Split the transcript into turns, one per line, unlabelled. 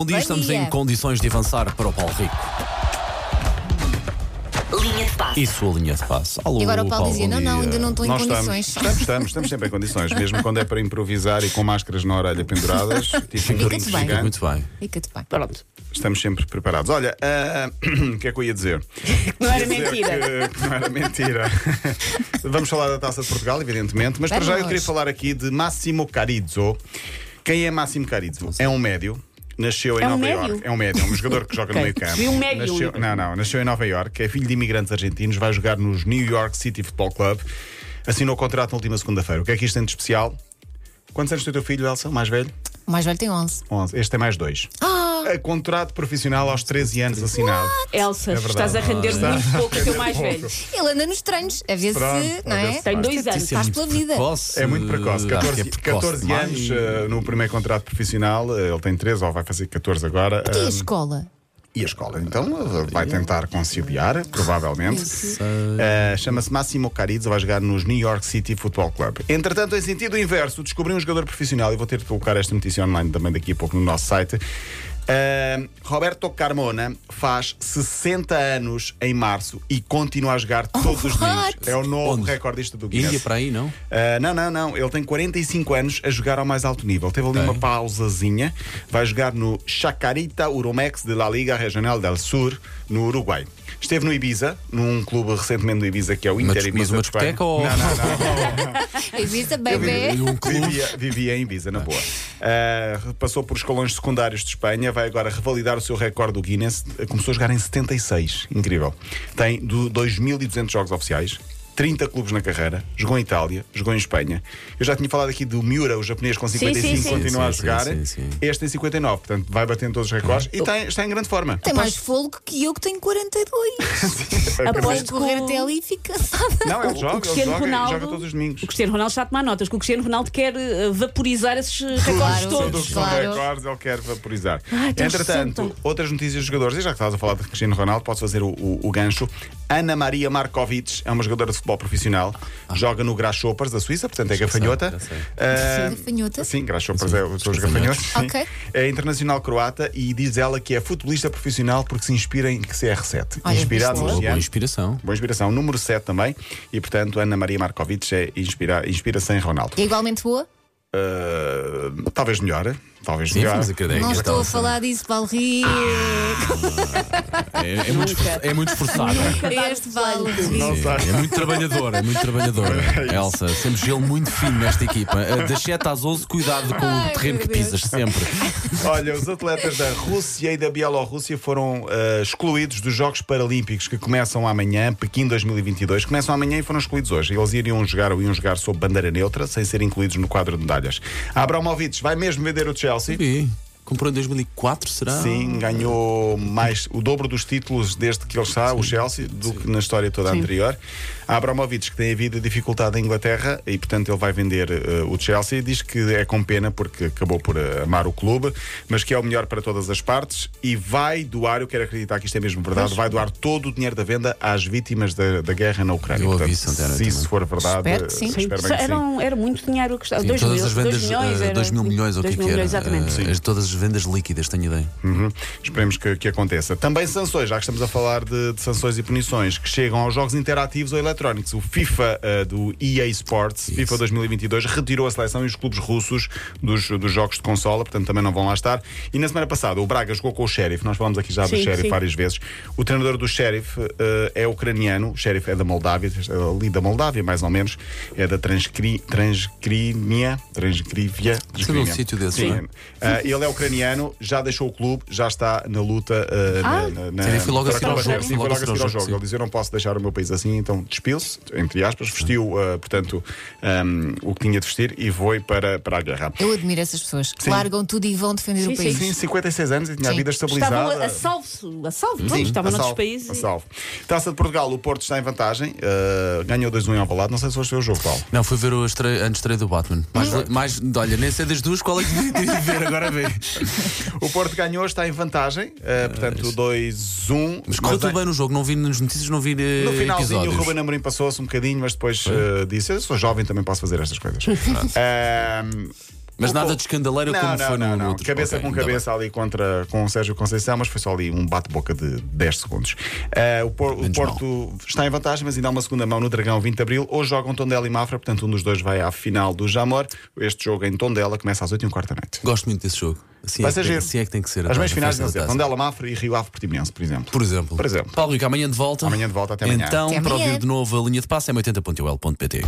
Bom Um dia,
Bom
estamos
dia.
em condições de avançar para o Paulo Rico.
Linha de passe.
E sua linha de passe. Alô,
E agora o Paulo dizia,
bom
não, não,
dia."
ainda não estou em
Nós
condições.
estamos, estamos, estamos, estamos sempre em condições, mesmo quando é para improvisar e com máscaras na orelha penduradas, tipo um
Fica-te
gorrinho
bem.
gigante,
Muito bem.
Fica-te bem.
Pronto.
estamos sempre preparados. Olha, ah, o que é que eu ia dizer?
Não era
Ia dizer
mentira.
que- que não era mentira. Vamos falar da Taça de Portugal, evidentemente, mas para já eu
Vamos.
queria falar aqui de Máximo Carizzo. Quem é Máximo Carizzo? É um médio. Nasceu em
É um
Nova
médio?
York. É um médio, é um jogador que joga no
Ok.
meio campo.
Percebi um médio.
Nasceu, não, não, nasceu em Nova York, é filho de imigrantes argentinos, vai jogar nos New York City Football Club. Assinou o contrato na última segunda-feira. O que é que isto tem de especial? Quantos anos tem o teu filho, Elsa? O Mais velho?
O mais velho tem 11.
11. Este é mais dois.
Ah,
A contrato profissional aos 13 anos assinado.
Elsa,
É verdade.
estás a render
Está.
muito pouco a teu mais velho.
ele anda nos treinos, a ver se,
Pronto,
não
a
é?
ver se faz.
Tem dois anos.
Isso é
Faz
muito
pela vida.
precoce,
É muito precoce.
eh, acho
14,
que é precoce
14
demais.
anos eh, no primeiro contrato profissional, eh, ele tem 13 ou vai fazer 14 agora.
E a
eh,
escola?
e a escola, então, eh, vai tentar conciliar, provavelmente. Eh, Chama-se Máximo Carizzo, vai jogar nos New York City Football Club. Entretanto, em sentido inverso, descobri um jogador profissional e vou ter de colocar esta notícia online também daqui a pouco no nosso site. Eh, Roberto Carmona faz 60 anos em março e continua a jogar todos os dias.
what?
É o novo
Onde?
recordista do Guinness.
Índia para aí, não?
Uh, não, não, não. Ele tem 45 anos a jogar ao mais alto nível. Teve ali
Ok.
uma pausazinha. Vai jogar no Chacarita Uromex de La Liga Regional del Sur, no Uruguai. Esteve no Ibiza, num clube recentemente do Ibiza que é o
Uma
Inter
dis-
Ibiza.
mas uma
de Espanha.
discoteca ou-
Não, não, não.
A Ibiza,
É
E
bebê.
Um clube.
Vivia, vivia em Ibiza, na boa. Uh, passou por escalões secundários de Espanha, vai agora revalidar o seu recorde do Guinness. Começou a jogar em 76, incrível. Tem do 2.200 jogos oficiais. 30 clubes na carreira, jogou em Itália, jogou em Espanha. Eu já tinha falado aqui do Miura, o japonês com 55,
sim.
continua
Sim,
a
sim,
jogar.
sim, sim.
Este tem 59, portanto vai batendo todos os recordes e tem- está em grande forma.
Tem mais fôlego que eu que tenho 42. Vais
Aposto
correr até ali e fica cansada.
Não, é, ele joga, ele
Cristiano
joga,
Ronaldo-
joga todos os domingos.
O Cristiano Ronaldo já tomar notas, que o Cristiano Ronaldo quer eh, vaporizar esses recordes
Claro.
Tudo o
todos.
que são
Claro.
recordes, ele quer vaporizar.
Ai, tão
Entretanto,
santo.
outras notícias dos jogadores, e já que estás a falar de Cristiano Ronaldo, posso fazer o, o- o gancho. Ana Maria Markovic é uma jogadora de futebol profissional, joga no Grasshoppers da Suíça, portanto é gafanhota.
já sei.
Ah,
Sim, gafanhota?
Sim, Grasshoppers é os seus
gafanhotos.
gafanhotos. sim.
Ok.
É internacional croata e diz ela que é futebolista profissional porque se inspira em CR7.
Olha,
Inspirado
viste lá.
Uma
nos
boa
anos.
inspiração.
Boa inspiração, número 7 também. E portanto, Ana Maria Markovic é inspira, inspira-se em Ronaldo.
É igualmente boa?
Uh, talvez melhor, talvez
Sim,
melhor.
mas a cadeia. então.
Não
que
estou a
está-
falar disso, Paulo Rico.
Ah.
É, é muito, esfor- é muito esforçado.
Este vale.
Não
Rico.
sei.
É muito trabalhador, é muito trabalhador. Elsa, sempre gelo muito fino nesta equipa. Eh, Das 7 às 11, cuidado com
Ai,
o terreno
meu
que pisas, sempre.
Olha, os atletas da Rússia e da Bielorrússia foram eh, excluídos dos Jogos Paralímpicos que começam amanhã, Pequim 2022. Começam amanhã e foram excluídos hoje. Eles iriam jogar ou iam jogar sob bandeira neutra, sem serem incluídos no quadro de medalhas. Abramovich vai mesmo vender o Chelsea.
E comprou em 2004, será?
Sim, ganhou mais o dobro dos títulos desde que ele está, o Chelsea, do que na história toda anterior. Há Abramovich, que tem havido dificuldade em Inglaterra e, portanto, ele vai vender eh, o Chelsea. Diz que é com pena porque acabou por eh, amar o clube, mas que é o melhor para todas as partes e vai doar, eu quero acreditar que isto é mesmo verdade, vai doar todo o dinheiro da venda às vítimas da, da guerra na Ucrânia.
Eu ouvi
Portanto,
isso ontem à
se
noite também.
isso for verdade,
Espero que sim.
eh,
Sim,
espero bem que sim.
eram- era muito dinheiro que custava.
Sim,
Dois
todas
mil,
as vendas,
dois milhões, era,
2 mil
sim.
milhões ou o que é
Dois
que
mil
era.
milhões, exatamente.
eh, as- todas as vendas líquidas, tenho ideia.
Uhum. Esperemos que, que aconteça. Também sanções, já que estamos a falar de, de sanções e punições que chegam aos jogos interativos ou eletrónicos. O FIFA eh, do EA Sports, FIFA 2022, retirou a seleção e os clubes russos dos, dos jogos de consola, portanto também não vão lá estar. E na semana passada o Braga jogou com o Sheriff, nós falamos aqui já do
Sim,
Sheriff
sim.
várias vezes. O treinador do Sheriff eh, é ucraniano, o Sheriff é da Moldávia, eh, ali da Moldávia mais ou menos, é da Transcri, Transcrinia, Transcrivia.
Sabe um
Transcrivia.
sítio desses,
Sim.
não é?
Ah, ele é ucraniano, já deixou o clube, já está na luta. ah,
Ah.
na, na, na,
Sim, ele foi logo a seguir ao
para combater.
jogo,
Sim, foi logo a seguir ao jogo.
sim.
Ele diz: Eu não posso deixar o meu país assim, então despiu-se, entre aspas, vestiu, ah, portanto, ahm, o que tinha de vestir e foi para, para a guerra.
Eu admiro essas pessoas que
Sim.
largam tudo e vão defender
Sim,
o
sim.
país.
Sim, 56 anos e tinha a
Sim.
vida
Estavam
estabilizada.
a, a salvo, a salvo, pronto, estavam
Eh, a
noutros
salvo,
países.
a
e-
salvo. Taça de Portugal, o Porto está em vantagem, ah, ganhou 2-1 em Alvalade, não sei se foi o seu jogo, Paulo.
Não, fui ver o estreia, a estreia do Batman. Mais, mais, olha, nem sei das duas qual é que devia ver, agora vê.
O Porto ganhou, está em vantagem, ah, portanto 2-1.
Mas correu tudo
em-
bem no jogo, não vi nas notícias, não vi eh,
No finalzinho
episódios.
o Ruben Amorim passou-se um bocadinho, mas depois eh, disse: Eu sou jovem, também posso fazer estas coisas. Ahm,
Mas nada de escandaleiro
não,
como
não,
foi no
não, não.
outro.
Cabeça
Ok,
com
ainda
cabeça ali contra, com o Sérgio Conceição, mas foi só ali um bate-boca de 10 segundos. Ah, o, Por- o
Menos
Porto está em vantagem, mas ainda há uma segunda mão no Dragão 20 de Abril. Hoje jogam Tondela e Mafra, portanto um dos dois vai à final do Jamor. Este jogo em Tondela começa às 8 h quarto da noite.
Gosto muito desse jogo. Assim,
Vai
é, que
ser
tem,
giro.
assim é que tem que ser.
As
pá,
meias
na
finais
festa
vão
da
ser
taça.
Tondela, Mafra e Rio Ave Portimonense, por exemplo.
Por exemplo.
é. Por exemplo.
Paulo Rico, amanhã de volta.
Amanhã de volta, até amanhã.
Então,
Até
para
amanhã.
ouvir de novo a linha de passe é 80.ol.pt.